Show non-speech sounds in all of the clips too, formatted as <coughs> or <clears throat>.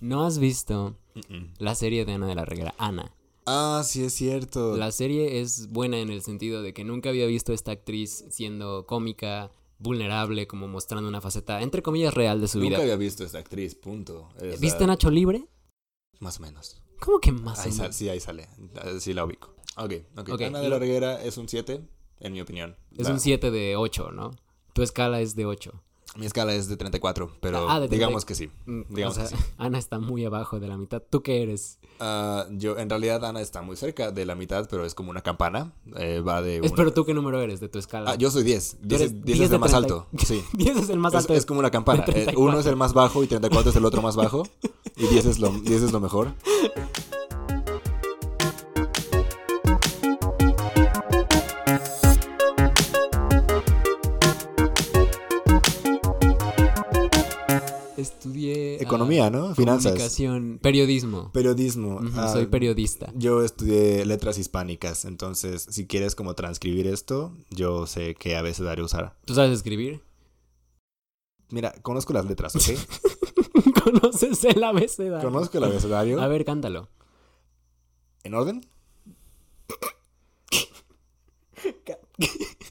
¿No has visto Mm-mm. la serie de Ana de la Reguera? Ana. Ah, sí, es cierto. La serie es buena en el sentido de que nunca había visto a esta actriz siendo cómica, vulnerable, como mostrando una faceta, entre comillas, real de su Nunca vida. había visto a esta actriz, punto. Es ¿Viste la- Nacho Libre? Más o menos. ¿Cómo que más? Ahí o sa- menos? sí, ahí sale. Ah, Sí, la ubico. Ok, ok. Ok, Ana de la lo- Reguera es un 7, en mi opinión. Es La- un 7 de 8, ¿no? Tu escala es de 8. Mi escala es de 34, pero Ah, de 30. digamos que sí. Mm, Digamos o que sea, <laughs> Ana está muy abajo de la mitad. ¿Tú qué eres? Ah, yo, en realidad, Ana está muy cerca de la mitad, pero es como una campana. Eh, va de. Es, una- pero tú qué número eres de tu escala. <laughs> Ah, yo soy 10. 10 eres es, 10 10 es de el más 30. <laughs> alto. Sí. 10 es el más Es- alto. Es, de- como una campana. de Eh, Uno es el más bajo y 34 es el otro más bajo. Y 10 es lo, 10 es lo mejor. Ah, Estudié ah, Economía, ¿no? Finanzas. Comunicación, periodismo. Periodismo. Ujú, Ah, soy periodista. Yo estudié letras hispánicas, entonces si quieres como transcribir esto, yo sé qué abecedario usar. ¿Tú sabes escribir? Mira, conozco las letras, <laughs> ¿ok? ¿Conoces el abecedario? Conozco el A abecedario. ver, cántalo. ¿En orden?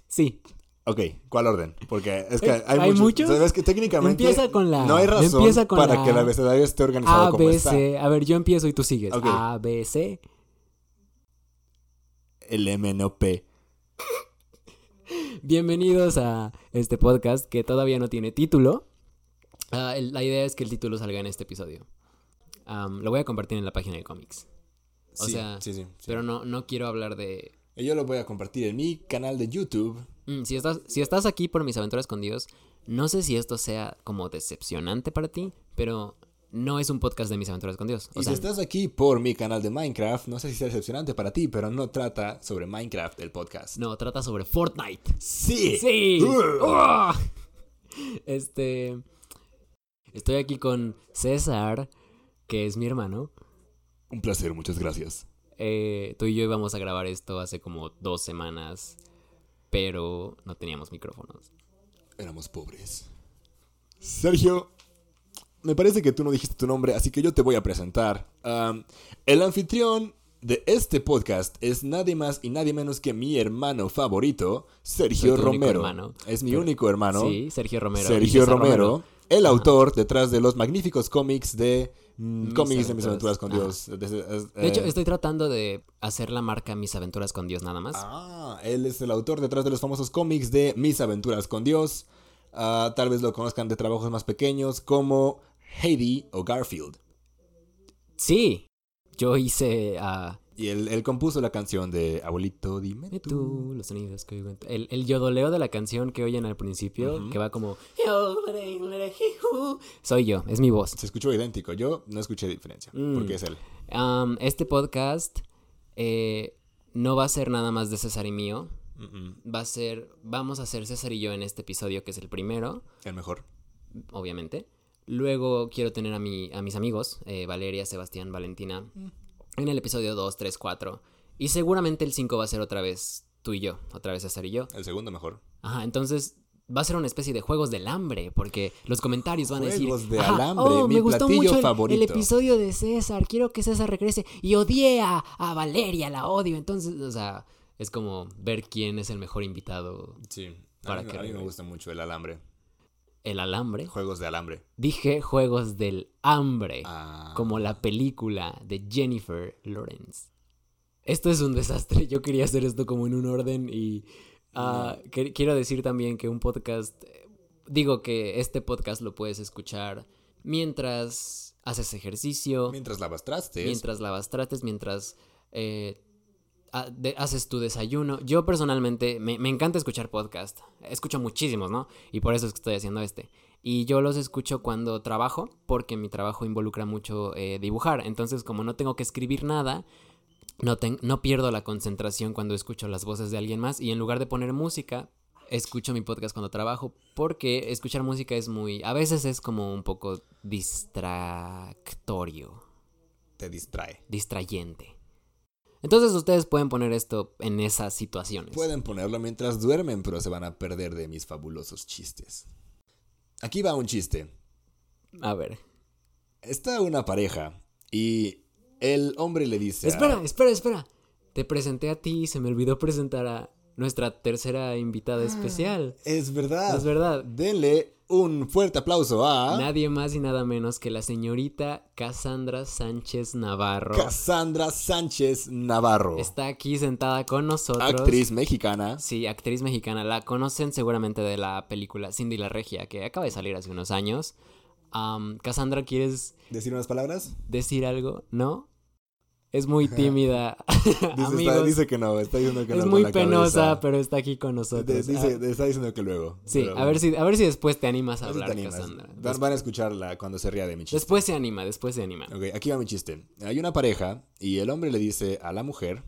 Sí. Ok, ¿cuál orden? Porque es que Eh, hay, ¿hay muchos. muchos? Sabes que técnicamente Empieza con la- no hay razón empieza con para la- que el abecedario esté organizado A, como B, está. C. A ver, yo empiezo y tú sigues. Ok. A, B, C. El M no P. Bienvenidos a este podcast que todavía no tiene título. Ah, el- la idea es que el título salga en este episodio. Am, lo voy a compartir en la página de cómics. O sí, sea, sí, sí, sí. Pero no, no quiero hablar de... Y Yo lo voy a compartir en mi canal de YouTube. Mm, si, estás, si estás aquí por mis aventuras con Dios, no sé si esto sea como decepcionante para ti, pero no es un podcast de mis aventuras con Dios. O y sea, si estás aquí por mi canal de Minecraft, no sé si sea decepcionante para ti, pero no trata sobre Minecraft el podcast. no, trata sobre Fortnite. Sí. Sí. Uh. ¡Ah! Este. Estoy aquí con César, que es mi hermano. Un placer, muchas gracias. Eh, tú y yo íbamos a grabar esto hace como dos semanas, pero no teníamos micrófonos. Éramos pobres. Sergio, me parece que tú no dijiste tu nombre, así que yo te voy a presentar. Am, el anfitrión de este podcast es nadie más y nadie menos que mi hermano favorito, Sergio Soy tu único Romero. hermano, es mi pero- único hermano. Sí, Sergio Romero. Ah, Sergio Y César Romero, el autor detrás de los magníficos cómics de mm, cómics de mis aventuras. aventuras con Ajá. Dios. Desde- eh, De hecho, eh, estoy tratando de hacer la marca Mis Aventuras con Dios nada más. ah, él es el autor detrás de los famosos cómics de Mis aventuras con Dios. Ah, tal vez lo conozcan de trabajos más pequeños como Heidi o Garfield. Sí, yo hice a. Y él, él compuso la canción de Abuelito, dime tú. tú, los sonidos que oigo en tu- El, el yodoleo de la canción que oyen al principio, que va como. Soy yo, es mi voz. Se escuchó idéntico. Yo no escuché diferencia Mm. porque es él. Am, este podcast eh, no va a ser nada más de César y mío. Mm-mm, Va a ser. Vamos a ser César y yo en este episodio, que es el primero, el mejor. obviamente. Luego quiero tener a, mi, a mis amigos, eh, Valeria, Sebastián, Valentina, en el episodio 2, 3, 4. Y seguramente el 5 va a ser otra vez tú y yo, otra vez César y yo. El segundo mejor. Ajá, entonces va a ser una especie de juegos del hambre, porque los comentarios van a Juegos decir. de "Ajá, alambre, oh, mi me gustó platillo mucho el- favorito". El, episodio de César, quiero que César regrese. Y odié a, a Valeria, la odio. Entonces, o sea, es como ver quién es el mejor invitado. Sí. A Para mí- que a mí me regrese. gusta mucho el alambre. El alambre. Juegos de alambre. Dije juegos del hambre, Ah. como la película de Jennifer Lawrence. Esto es un desastre. Yo quería hacer esto como en un orden y ah, que- quiero decir también que un podcast, eh, digo que este podcast lo puedes escuchar mientras haces ejercicio, Mientras lavas trastes. mientras lavas trates, mientras eh, ha- de- haces tu desayuno. Yo personalmente me, me encanta escuchar podcast. Escucho muchísimos, ¿no? Y por eso es que estoy haciendo este. Y yo los escucho cuando trabajo, porque mi trabajo involucra mucho eh, dibujar. Entonces, como no tengo que escribir nada, no, ten- no pierdo la concentración cuando escucho las voces de alguien más. Y en lugar de poner música, escucho mi podcast cuando trabajo, porque escuchar música es muy... A veces es como un poco distractorio Te distrae. distrayente. Entonces ustedes pueden poner esto en esas situaciones. Pueden ponerlo mientras duermen, pero se van a perder de mis fabulosos chistes. Aquí va un chiste. A ver. Está una pareja y el hombre le dice... a- Espera, espera, espera. Te presenté a ti y se me olvidó presentar a nuestra tercera Ah. invitada especial. Es verdad. Es verdad. Denle un fuerte aplauso a... Nadie más y nada menos que la señorita Cassandra Sánchez Navarro. Cassandra Sánchez Navarro. Está aquí sentada con nosotros. Actriz mexicana. Sí, actriz mexicana. La conocen seguramente de la película Cindy la Regia, que acaba de salir hace unos años. Am, Cassandra, ¿quieres ¿Decir unas <laughs> palabras? decir algo? ¿No? Es muy <laughs> tímida. Dice, está- Amigos, dice que no, está diciendo que <laughs> no. es con muy la penosa, cabeza. pero está aquí con nosotros. De- dice- Ah, de- está diciendo que luego. sí, pero a ver, si, a ver si después te animas a a ver si te hablar, animas. Cassandra. Van- Des- Van a escucharla cuando se ría de mi chiste. después se anima, después se anima. Ok, aquí va mi chiste. Hay una pareja y el hombre le dice a la mujer,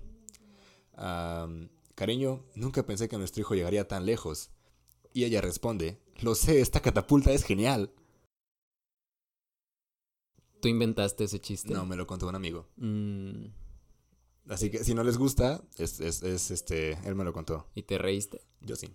am, cariño, nunca pensé que nuestro hijo llegaría tan lejos. Y ella responde, lo sé, esta catapulta es genial. ¿Tú inventaste ese chiste? No, me lo contó un amigo. Mm, Así que si no les gusta, es, es- es, este, él me lo contó. ¿Y te reíste? Yo sí.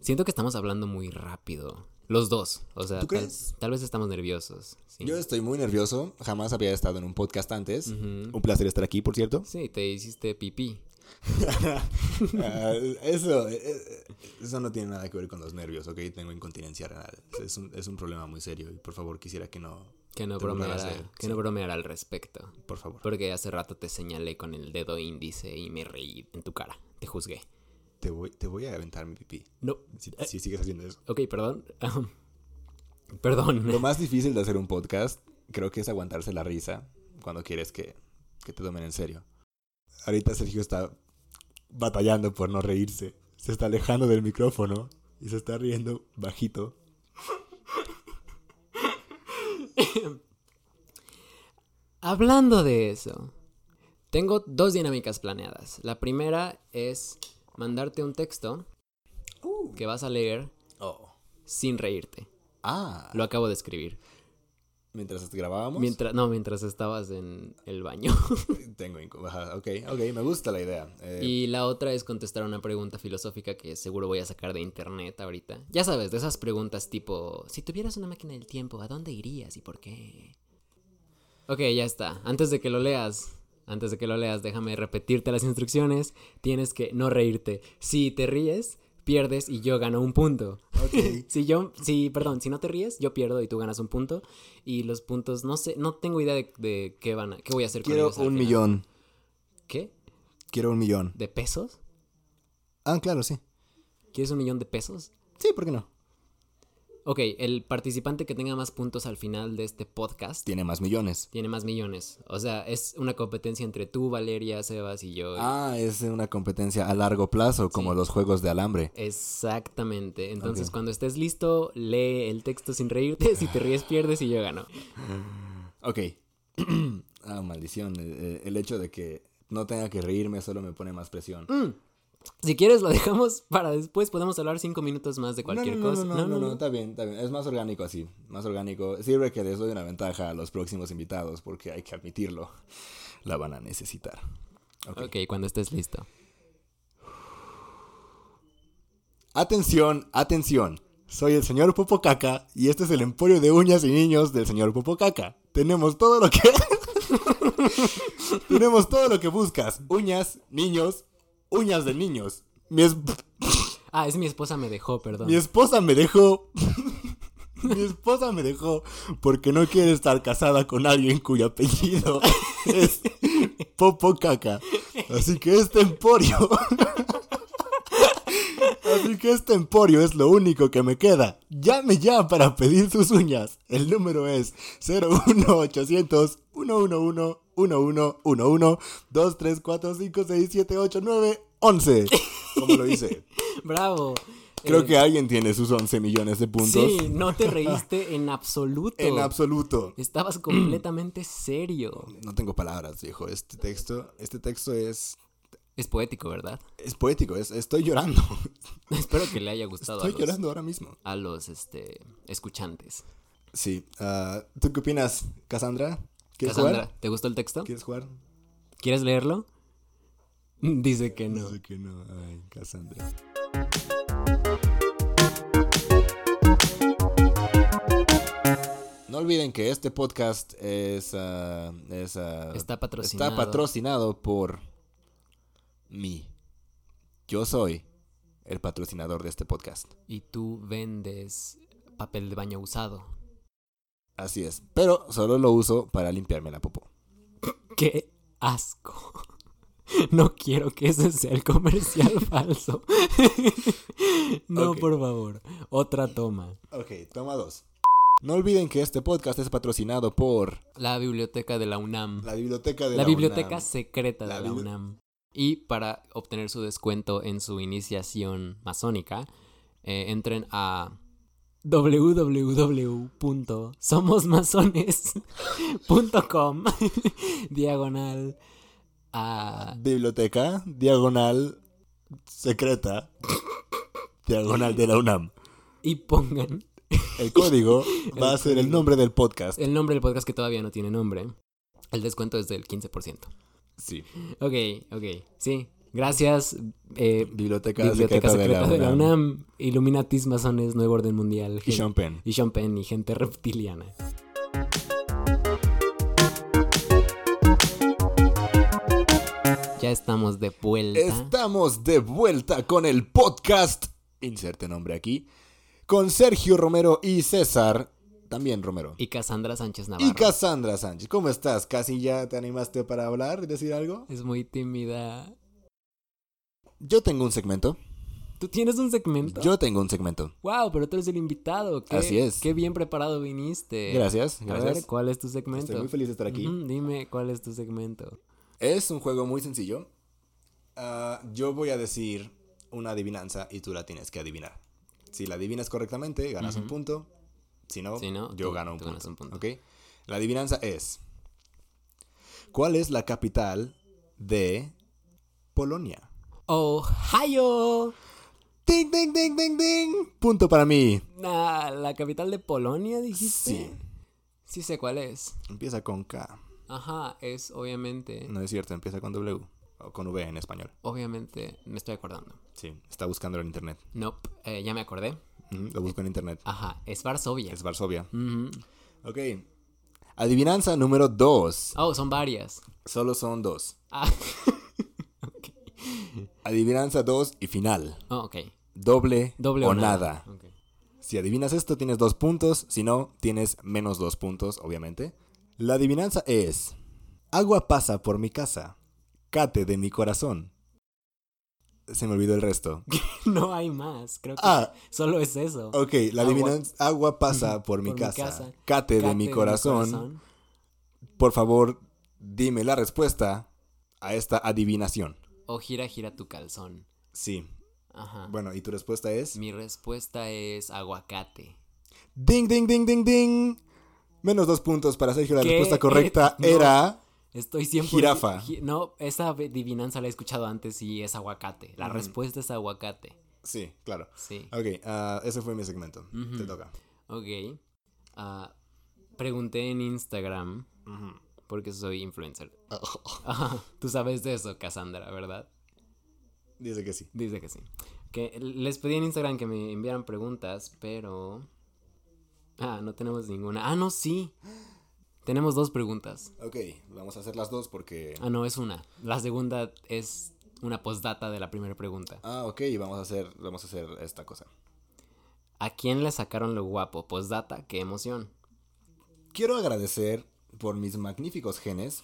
Siento que estamos hablando muy rápido. Los dos. O sea, ¿Tú tal, crees? tal vez estamos nerviosos. sí. Yo estoy muy nervioso, jamás había estado en un podcast antes. Ujú. Un placer estar aquí, por <laughs> cierto. Sí, te hiciste pipí. Ah, eso, eh, eso no tiene nada que ver con los nervios, ¿ok? Tengo incontinencia renal. Es un, es un problema muy serio y por favor quisiera que no, Que no Te burlarás bromeara, de él, que sí. no bromeara al respecto. por favor. Porque hace rato te señalé con el dedo índice y me reí en tu cara. Te juzgué. Te voy, te voy a aventar mi pipí No. si, si sigues haciendo eso. Ok, perdón. <laughs> perdón. Lo más difícil de hacer un podcast creo que es aguantarse la risa cuando quieres que, que te tomen en serio. Ahorita Sergio está batallando por no reírse. Se está alejando del micrófono y se está riendo bajito. Hablando de eso, tengo dos dinámicas planeadas. La primera es mandarte un texto que vas a leer Oh. sin reírte. Ah, Lo acabo de escribir. mientras grabábamos. Mientras, no, mientras estabas en el baño. <laughs> Tengo inco- ajá, ok, ok, me gusta la idea. Eh, Y la otra es contestar una pregunta filosófica que seguro voy a sacar de internet ahorita. Ya sabes, de esas preguntas tipo, si tuvieras una máquina del tiempo, ¿a dónde irías y por qué? Ok, ya está. Antes de que lo leas, antes de que lo leas, déjame repetirte las instrucciones. Tienes que no reírte. Si te ríes, pierdes y yo gano un punto. <laughs> ok. Si yo, si, perdón, si no te ríes, yo pierdo y tú ganas un punto. Y los puntos, no sé, no tengo idea de, de qué van a, qué voy a hacer con Quiero ellos. al un final. millón. ¿Qué? Quiero un millón. ¿De pesos? Ah, claro, sí. ¿Quieres un millón de pesos? Sí, ¿por qué no? Ok, el participante que tenga más puntos al final de este podcast Tiene más millones. tiene más millones. O sea, es una competencia entre tú, Valeria, Sebas y yo. Ah, es una competencia a largo plazo, como Sí. los juegos de alambre. Exactamente. Entonces, Ok. cuando estés listo, lee el texto sin reírte. Si te ríes, pierdes y yo gano. Ok. <clears throat> ah, maldición. eh, eh, El hecho de que no tenga que reírme solo me pone más presión. Si quieres, lo dejamos para después. Podemos hablar cinco minutos más de cualquier no, no, cosa. No, no, no, no, está bien, está bien. Es más orgánico así, más orgánico. Sirve que les doy una ventaja a los próximos invitados porque hay que admitirlo. La van a necesitar. Ok. Ok, cuando estés listo. Atención, atención. Soy el señor Popocaca y este es el emporio de uñas y niños del señor Popocaca. Tenemos todo lo que <laughs> Tenemos todo lo que buscas. Uñas, niños, uñas de niños. Mi esp- Ah, es mi esposa me dejó, perdón. Mi esposa me dejó. <laughs> Mi esposa me dejó porque no quiere estar casada con alguien cuyo apellido es Popo Caca. Así que este emporio. <laughs> Así que este emporio es lo único que me queda. Llame ya para pedir sus uñas. El número es 01800 111 1111 234 56789 11. ¿Cómo lo hice? Bravo. Creo Eh, que alguien tiene sus 11 millones de puntos. Sí, no te reíste <laughs> en absoluto. En absoluto. Estabas completamente serio. No tengo palabras, viejo. Este texto, este texto es, Es poético, ¿verdad? es poético. Es, estoy llorando. <laughs> Espero que le haya gustado a Estoy los, llorando ahora mismo. a los, este, escuchantes. Sí. ah, ¿Tú qué opinas, Cassandra? ¿Quieres Cassandra, jugar? ¿te gustó el texto? ¿Quieres jugar? ¿Quieres leerlo? Dice que no. Sé Mm, que no. Ay, Cassandra. No olviden olviden que este podcast es, ah, es, ah, Está patrocinado. está patrocinado por mí. Yo soy el patrocinador de este podcast. Y tú vendes papel de baño usado. Así es. Pero solo lo uso para limpiarme la popó. ¡Qué asco! <laughs> No quiero que ese sea el comercial <laughs> falso. <laughs> no, Ok. por favor. Otra toma. Ok, toma dos. No olviden que este podcast es patrocinado por La biblioteca de la UNAM. la biblioteca de La, la, biblioteca UNAM. secreta La de la bibli- UNAM. Y para obtener su descuento en su iniciación masónica, eh, entren a www.somosmasones.com <laughs> diagonal a Biblioteca diagonal secreta <laughs> diagonal de la UNAM. y pongan <laughs> El código va a ser el nombre del podcast. el nombre del podcast que todavía no tiene nombre. El descuento es del 15%. Sí. Ok, ok, sí. Gracias, eh, Biblioteca, Biblioteca secreta, Secreta de la UNAM. Illuminatis, masones, Nuevo Orden Mundial. Y gen- Sean Penn. y Sean Penn y gente reptiliana. Ya estamos de vuelta. Estamos de vuelta con el podcast, inserte nombre aquí, con Sergio Romero y César, también Romero. Y Cassandra Sánchez Navarro. Y Cassandra Sánchez, ¿cómo estás? ¿Casi ya te animaste para hablar y decir algo? es muy tímida. Yo tengo un segmento. ¿Tú tienes un segmento? Yo tengo un segmento. Wow, pero tú eres el invitado. Qué- Así es. Qué bien preparado viniste. Gracias, A ver, Eh, gracias. ¿cuál es tu segmento? Estoy muy feliz de estar aquí. Ujú, dime, ¿cuál es tu segmento? Es un juego muy sencillo. Ah, yo voy a decir una adivinanza y tú la tienes que adivinar. Si la adivinas correctamente, ganas un punto. Si no, Si no, yo tú- gano un tú punto, ganas un punto. ¿ok? La adivinanza es: ¿Cuál es la capital de Polonia? Ohio. ¡Ding, ding, ding, ding, ding! Punto para mí. Nah, la capital de Polonia, dijiste. Sí. Sí sé cuál es. Empieza con K. Ajá, es obviamente. No es cierto, empieza con W. O con V en español. Obviamente, me estoy acordando. Sí, está buscando en internet. Nope, eh, ya me acordé. Ujú, Lo busco en internet. Ajá, es Varsovia. Es Varsovia. Ujú. Ok. Adivinanza número 2. Oh, son varias. Solo son dos. Ah, <laughs> Adivinanza 2 y final. oh, ok. Doble, Doble o, o nada. nada. Ok. <laughs> Si adivinas esto, tienes dos puntos. Si no, tienes menos dos puntos, obviamente. La adivinanza es: Agua pasa por mi casa. Cate de mi corazón. Se me olvidó el resto. No hay más, creo que Ah. solo es eso. Ok, la Agua. adivinanza: Agua pasa por mi Por mi casa. casa. Cate, Cate de mi corazón. Por favor, dime la respuesta a esta adivinación. O gira, gira tu calzón. Sí. Ajá. Bueno, ¿y tu respuesta es? Mi respuesta es aguacate. Ding, ding, ding, ding, ding. Menos dos puntos para Sergio. La ¿Qué? Eh, respuesta correcta No. era. Estoy siempre. Jirafa. No, esa adivinanza la he escuchado antes y es aguacate. La Ujú. respuesta es aguacate. Sí, claro. Sí. Ok, ah, ese fue mi segmento. Ujú. Te toca. <laughs> Ok. Ah, pregunté en Instagram porque soy influencer. <laughs> Ajá, Tú sabes de eso, Cassandra, ¿verdad? Dice que sí. Dice que sí. Que les pedí en Instagram que me enviaran preguntas, pero... Ah, no tenemos ninguna. Ah, no, sí. Tenemos dos preguntas. Ok, vamos a hacer las dos porque. Ah, no, es una. La segunda es una postdata de la primera pregunta. Ah, ok, vamos a hacer, vamos a hacer esta cosa. ¿A quién le sacaron lo guapo? Postdata, qué emoción. Quiero agradecer por mis magníficos genes.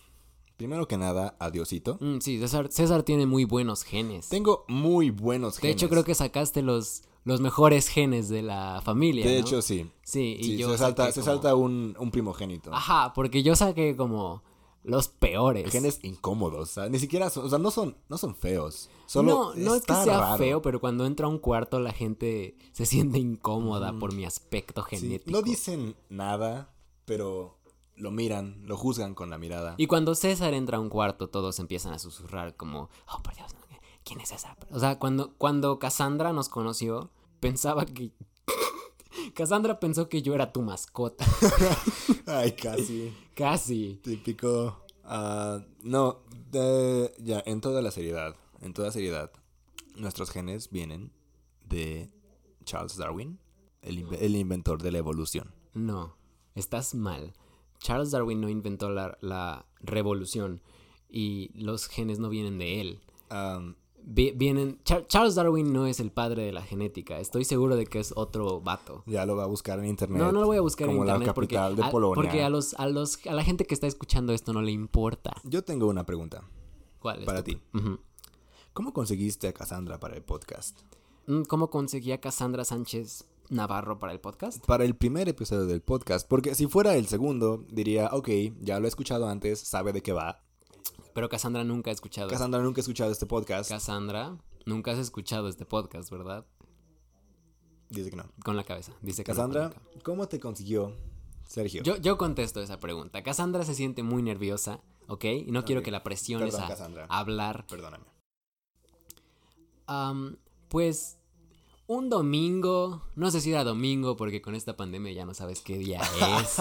Primero que nada, a Diosito. Mm, sí, César, César tiene muy buenos genes. Tengo muy buenos De genes. hecho, creo que sacaste los, los mejores genes de la familia. De ¿no? hecho, sí. sí. Y Sí, yo se salta, saqué se como- salta un, un primogénito. Ajá, porque yo saqué como los peores. genes incómodos. o sea, Ni siquiera son, o sea, no son, no son feos. Solo no, no es que está sea raro. feo, pero cuando entro a un cuarto la gente se siente incómoda por mi aspecto Sí, genético. No dicen nada, pero lo miran, lo juzgan con la mirada. Y cuando César entra a un cuarto, todos empiezan a susurrar como, oh, por Dios, no, ¿quién es César? O sea, cuando, cuando Cassandra nos conoció, pensaba que... <laughs> Cassandra pensó que yo era tu mascota, <laughs> <laughs> Ay, casi. casi. Típico. Ah, no, de- ya, en toda la seriedad, en toda seriedad, nuestros genes vienen de Charles Darwin, el, inve- el inventor de la evolución. No. estás mal. Charles Darwin no inventó la, la revolución y los genes no vienen de él. Um, Vi- vienen Char- Charles Darwin no es el padre de la genética. Estoy seguro de que es otro vato. ya lo va a buscar en internet. No, no lo voy a buscar como en internet la capital porque, de a, Polonia. porque a los a los a la gente que está escuchando esto no le importa. Yo tengo una pregunta ¿Cuál es para tu- ti. Ujú. ¿Cómo conseguiste a Cassandra para el podcast? Mm, ¿Cómo conseguía Cassandra Sánchez Navarro para el podcast? Para el primer episodio del podcast, porque si fuera el segundo, diría, ok, ya lo he escuchado antes, sabe de qué va. Pero Cassandra nunca ha escuchado. Cassandra nunca ha escuchado este podcast. Cassandra, nunca has escuchado este podcast, ¿verdad? Dice que no. Con la cabeza. Dice que no, con la Cassandra, cabeza. ¿cómo te consiguió Sergio? Yo, yo contesto esa pregunta. Cassandra se siente muy nerviosa, ¿ok? Y no quiero Ok. que la presiones Perdón, a Cassandra. hablar Perdóname. Am, pues un domingo, no sé si era domingo porque con esta pandemia ya no sabes qué día <laughs> es.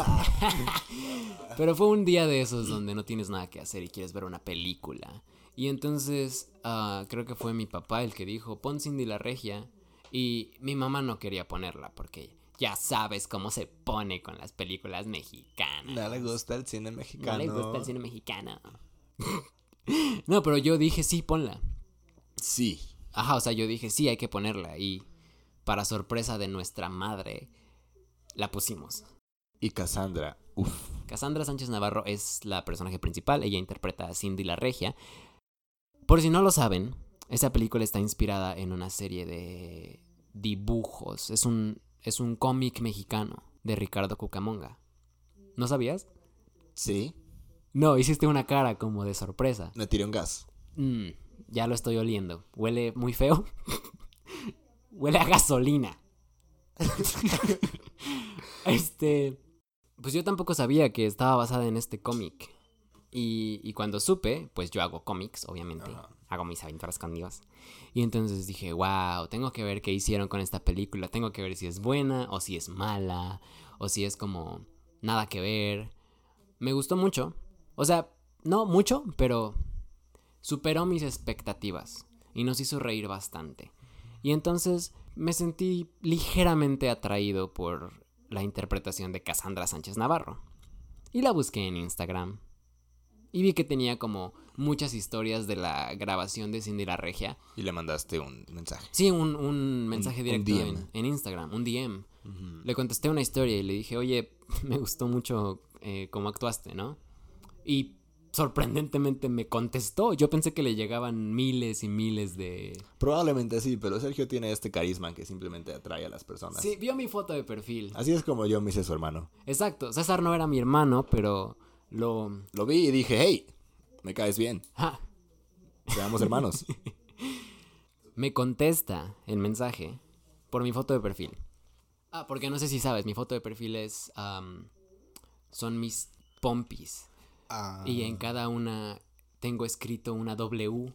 Pero fue un día de esos donde no tienes nada que hacer y quieres ver una película. Y entonces ah, creo que fue mi papá el que dijo, pon Cindy la regia. Y mi mamá no quería ponerla porque ya sabes cómo se pone con las películas mexicanas. No le gusta el cine No mexicano. le gusta el cine mexicano. <laughs> no, pero yo dije, sí, ponla. Sí. Ajá, o sea, yo dije, sí, hay que ponerla. Y para sorpresa de nuestra madre, la pusimos. Y Cassandra, uff. Cassandra Sánchez Navarro es la personaje principal. Ella interpreta a Cindy la Regia. Por si no lo saben, esta película está inspirada en una serie de dibujos. Es un, es un cómic mexicano de Ricardo Cucamonga. ¿No sabías? Sí. No, hiciste una cara como de sorpresa. Me tiré un gas. Mm, ya lo estoy oliendo. Huele muy feo. <laughs> Huele a gasolina. <laughs> este. Pues yo tampoco sabía que estaba basada en este cómic. Y, y cuando supe, pues yo hago cómics, obviamente. Ajá. Hago mis aventuras con Dios. Y entonces dije, wow, tengo que ver qué hicieron con esta película. Tengo que ver si es buena o si es mala. O si es como nada que ver. Me gustó mucho. O sea, no mucho, pero superó mis expectativas y nos hizo reír bastante. Y entonces me sentí ligeramente atraído por la interpretación de Cassandra Sánchez Navarro. Y la busqué en Instagram. Y vi que tenía como muchas historias de la grabación de Cindy la Regia. Y le mandaste un mensaje. Sí, un, un mensaje un directo DM. en, en Instagram, un DM. Ujú. Le contesté una historia y le dije, oye, <laughs> me gustó mucho eh, cómo actuaste, ¿no? Y sorprendentemente me contestó. Yo pensé que le llegaban miles y miles de... Probablemente sí, pero Sergio tiene este carisma que simplemente atrae a las personas. Sí, vio mi foto de perfil. Así es como yo me hice su hermano. Exacto, César no era mi hermano, pero lo... Lo vi y dije, hey, me caes bien, ¡Ja! seamos hermanos. Me contesta el mensaje por mi foto de perfil. Ah, porque no sé si sabes, mi foto de perfil es... am, son mis pompis. Y en cada una tengo escrito una W.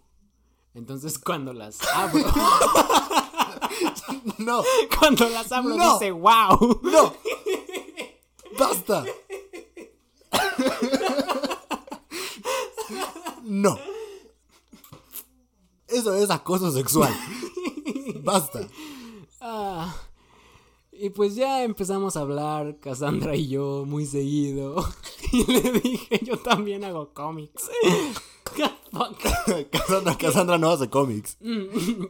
Entonces <laughs> cuando las abro, <laughs> <laughs> No, cuando las abro No. dice wow. no, basta. <laughs> No. Eso es acoso sexual. Basta. <laughs> Ah, y pues ya empezamos a hablar, Cassandra y yo, muy seguido. <laughs> Y le dije, yo también hago cómics. <laughs> Cassandra, Cassandra no hace cómics.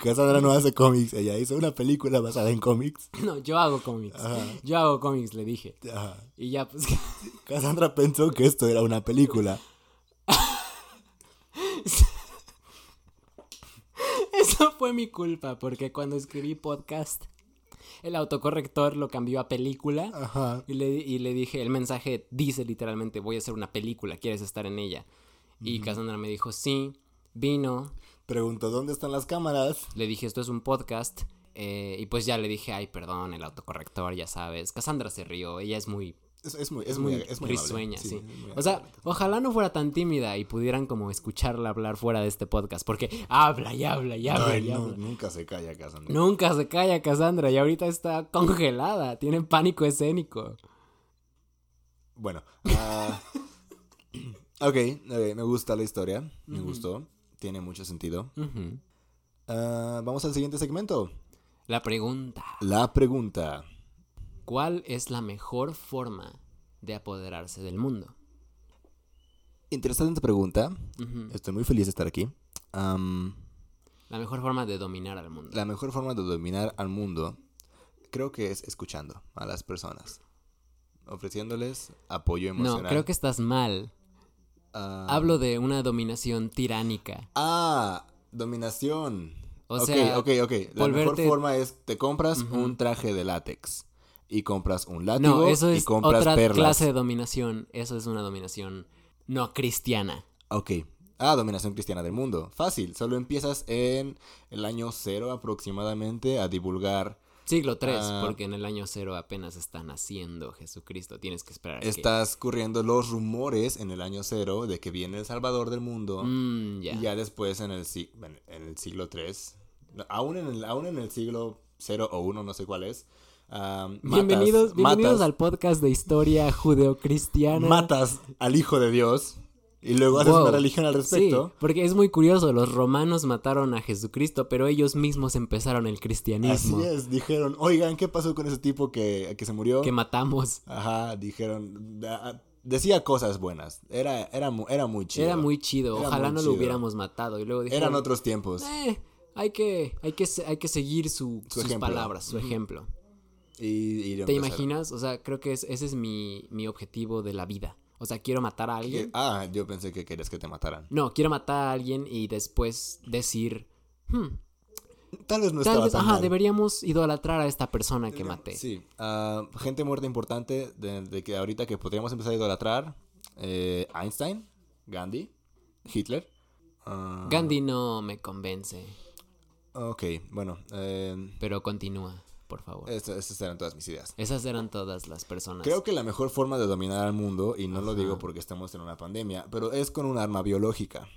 Cassandra no hace cómics. Ella hizo una película basada en cómics. No, yo hago cómics. Yo hago cómics, le dije. Ajá. Y ya pues <laughs> Cassandra pensó que esto era una película. Eso fue mi culpa, porque cuando escribí podcast, el autocorrector lo cambió a película. Ajá. Y le, y le dije, el mensaje dice literalmente, voy a hacer una película, ¿quieres estar en ella? Y Cassandra me dijo, sí, vino. Preguntó, ¿dónde están las cámaras? Le dije, esto es un podcast. eh, y pues ya le dije, ay, perdón, el autocorrector, ya sabes. Cassandra se rió, ella es muy, Es, es muy, es muy, es muy amable. risueña, sí. es muy o sea, ojalá no fuera tan tímida y pudieran como escucharla hablar fuera de este podcast, porque habla y habla y habla Ay, y no, habla. nunca se calla Cassandra. Nunca se calla Cassandra y ahorita está congelada, tiene pánico escénico. Bueno. ah, <clears throat> ok, ok, me gusta la historia. Me gustó. Tiene mucho sentido. Ujú. Ah, vamos al siguiente segmento. La pregunta. La pregunta. ¿Cuál es la mejor forma de apoderarse del mundo. Interesante pregunta. Ujú. Estoy muy feliz de estar aquí. Am, La mejor forma de dominar al mundo. la mejor forma de dominar al mundo creo que es escuchando a las personas, ofreciéndoles apoyo No, emocional. creo que estás mal. Ah, Hablo de una dominación tiránica. Ah, dominación. O ok, sea, ok, ok. La volverte- mejor forma es te compras Ujú. un traje de látex y compras un látigo No, eso y es compras otra perlas. clase de dominación. Eso es una dominación no cristiana. Ok. Ah, dominación cristiana del mundo. Fácil. Solo empiezas en el año cero aproximadamente a divulgar. Siglo 3, Ah. porque en el año cero apenas está naciendo Jesucristo. Tienes que esperar a que- Estás corriendo los rumores en el año cero de que viene el Salvador del mundo. Mm, ya. Y ya después en el, si- en- en el siglo 3, aún en el, aún en el siglo 0 o 1, no sé cuál es. am, matas- bienvenidos bienvenidos matas- al podcast de historia judeocristiana. matas al Hijo de Dios y luego haces Oh, Wow. una religión al Sí, respecto. porque es muy curioso, los romanos mataron a Jesucristo, pero ellos mismos empezaron el cristianismo Así es, dijeron, oigan, ¿qué pasó con ese tipo que, que se murió? que matamos. Ajá, dijeron, "Da- decía cosas buenas, era, era, mu- era muy chido. Era muy chido, Era ojalá muy no lo chido. hubiéramos matado. Y luego dijeron, Eran otros tiempos. "Eh, hay que, hay que, se- hay que seguir su- Su sus ejemplo. palabras, su ejemplo. Y, y lo ¿Te empezaron. imaginas? O sea, creo que es- ese es mi, mi objetivo de la vida. O sea, quiero matar a alguien. Que- Ah, yo pensé que querías que te mataran. No, quiero matar a alguien y después decir, "Hmm, Tal vez no tal estaba vez, tan ajá, mal. deberíamos idolatrar a esta persona que maté. Sí. ah, gente muerta importante de, de que ahorita que podríamos empezar a idolatrar. eh, Einstein, Gandhi, Hitler. ah, Gandhi no me convence, Ok, bueno. eh, pero continúa, por favor. estas- estas eran todas mis ideas. Esas eran todas las personas. Eh, Creo que la mejor forma de dominar al mundo, y no lo Pues. Ajá. digo porque estamos en una pandemia, pero es con un arma biológica.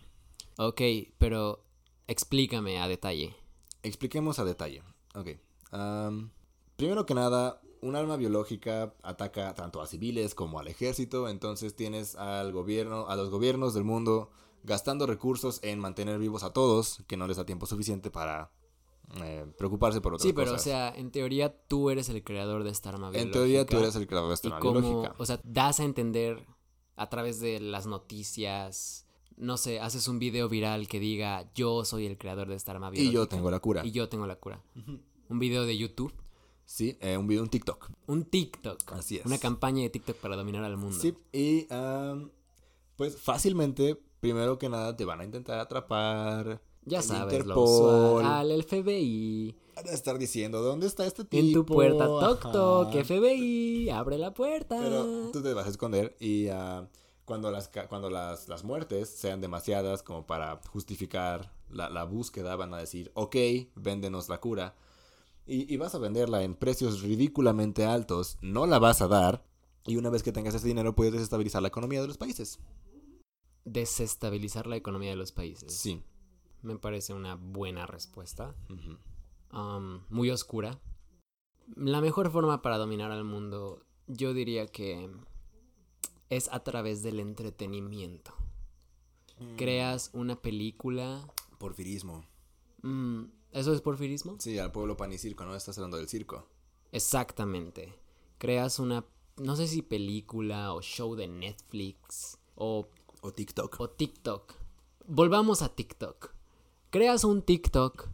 Ok, pero explícame a detalle. Expliquemos a detalle. Ok. am, primero que nada, un arma biológica ataca tanto a civiles como al ejército, entonces tienes al gobierno, a los gobiernos del mundo gastando recursos en mantener vivos a todos, que no les da tiempo suficiente para eh, preocuparse por otras Sí, pero cosas. o sea, en teoría tú eres el creador de esta arma biológica. en teoría tú eres el creador de esta y arma como, biológica. o sea, das a entender a través de las noticias, no sé, haces un video viral que diga yo soy el creador de esta arma Y biológica yo tengo la cura. y yo tengo la cura. Un video de YouTube, Sí, eh, un video, un TikTok. un TikTok, Así es. una campaña de TikTok para dominar al mundo. Sí, y am, pues fácilmente, primero que nada, te van a intentar atrapar. Ya el sabes, lo Interpol. usual, al el FBI, Van a estar diciendo, ¿dónde está este tipo? en tu puerta toc Ajá. toc, FBI, abre la puerta. Pero tú te vas a esconder y ah, cuando, las, ca- cuando las, las muertes sean demasiadas como para justificar la, la búsqueda, van a decir, ok, véndenos la cura. Y, y vas a venderla en precios ridículamente altos, no la vas a dar. Y una vez que tengas ese dinero puedes desestabilizar la economía de los países. Desestabilizar la economía de los países. Sí. Me parece una buena respuesta. Ujú. am, muy oscura. La mejor forma para dominar al mundo, yo diría que es a través del entretenimiento. Mm. Creas una película. Porfirismo. mm, ¿Eso es porfirismo? Sí, al pueblo pan y circo, ¿no? Estás hablando del circo. Exactamente. Creas una, no sé si película o show de Netflix o, O TikTok. o TikTok. Volvamos a TikTok. Creas un TikTok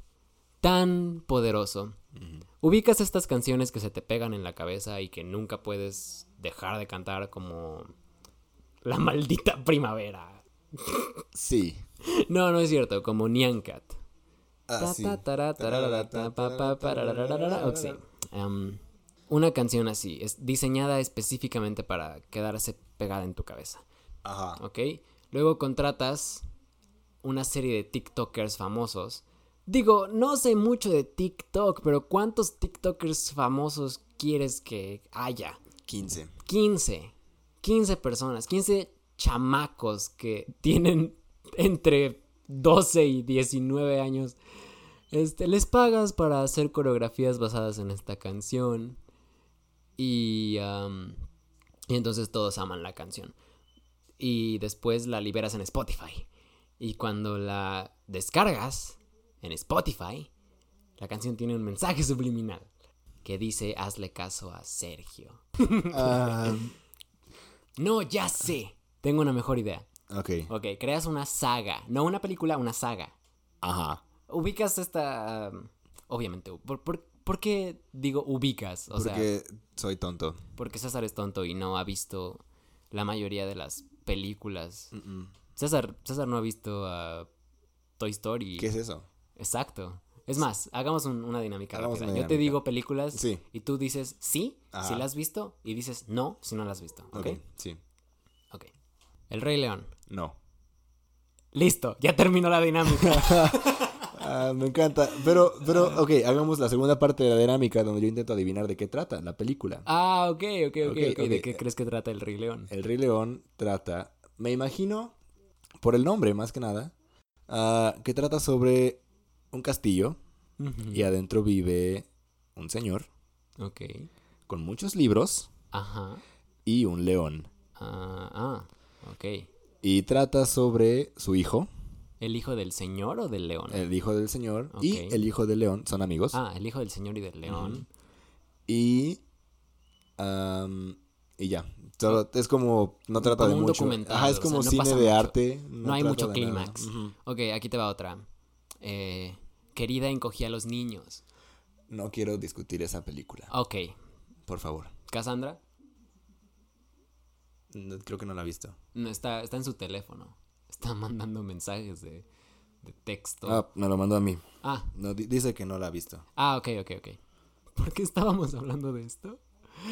tan poderoso Ujú. Ubicas estas canciones que se te pegan en la cabeza y que nunca puedes dejar de cantar como La maldita primavera. Sí. No, no es cierto, como Nyancat. Ah, sí. Em, Una canción así, es diseñada específicamente para quedarse pegada en tu cabeza, Ajá. ¿ok? Luego contratas una serie de TikTokers famosos. Digo, no sé mucho de TikTok, pero ¿cuántos TikTokers famosos quieres que haya? 15. 15, 15 personas, 15 chamacos que tienen entre 12 y 19 años. Este, les pagas para hacer coreografías basadas en esta canción. Y, am, y entonces todos aman la canción. Y después la liberas en Spotify. Y cuando la descargas en Spotify, la canción tiene un mensaje subliminal que dice hazle caso a Sergio. Ah, No, ya sé. Tengo una mejor idea. <laughs> Ok. Ok, creas una saga. No una película, una saga. Ajá. Ubicas esta. um, obviamente. ¿Por, por, por qué digo ubicas? O sea, Porque soy tonto. porque César es tonto y no ha visto la mayoría de las películas. Mm. César, César no ha visto a Toy Story. ¿Qué es eso? Exacto. Es más, hagamos un- una dinámica Hagamos rápida. una Yo te dinámica. digo películas Sí. y tú dices sí Ajá. si la has visto y dices no si no la has visto. ¿Ok? ok. Sí. Ok. El Rey León. No. Listo, ya terminó la dinámica. Ah, me encanta. Pero, pero, ok, hagamos la segunda parte de la dinámica donde yo intento adivinar de qué trata la película. ah, ok, ok, ok, Ok, ok. ¿De ok. qué crees que trata el Rey León? El Rey León trata, me imagino, por el nombre más que nada, ah, que trata sobre un castillo Ujú. y adentro vive un señor Ok. con muchos libros Ajá. y un león. Ah, ah, ok. Y trata sobre su hijo, ¿El hijo del señor o del león? el hijo del señor Ok. y el hijo del león, son amigos. Ah, el hijo del señor y del león. Y. am, y ya. Solo- es como. No trata Como de un mucho. documental, Ajá, es o como sea, no cine pasa de mucho. arte. No hay trata mucho de nada. clímax. Ujú. Ok, aquí te va otra. Eh, querida encogía a los niños. No quiero discutir esa película, Ok. por favor. Cassandra No, creo que no la he visto. no, está, está en su teléfono. Está mandando mensajes de, de texto. Ah. Ah, me lo mandó a mí. ah, No, di- dice que no la ha visto. ok, ok, ok. ¿Por qué estábamos hablando de esto?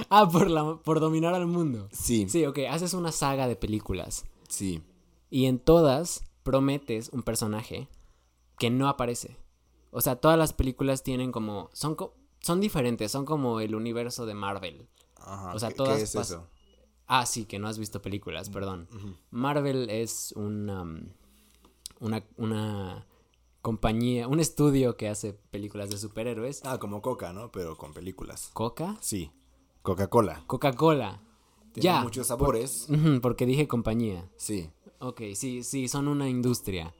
Ah, por, la, por dominar al mundo. Sí, sí. Sí, ok, haces una saga de películas. Y en todas prometes un personaje que no aparece. O sea, todas las películas tienen como. Son, co- son diferentes, son como el universo de Marvel. Ajá. O sea, ¿qué- ¿qué, todas es pas- eso? Ah, sí, que no has visto películas, perdón. Marvel es una. mm, Una. una compañía, un estudio que hace películas de superhéroes. Ah, como Coca, ¿no? Pero con películas. ¿Coca? Sí. Coca-Cola. Coca-Cola. Tiene Ya. muchos sabores. Ujú, Porque dije compañía. Sí. Ok, sí, sí, son una industria.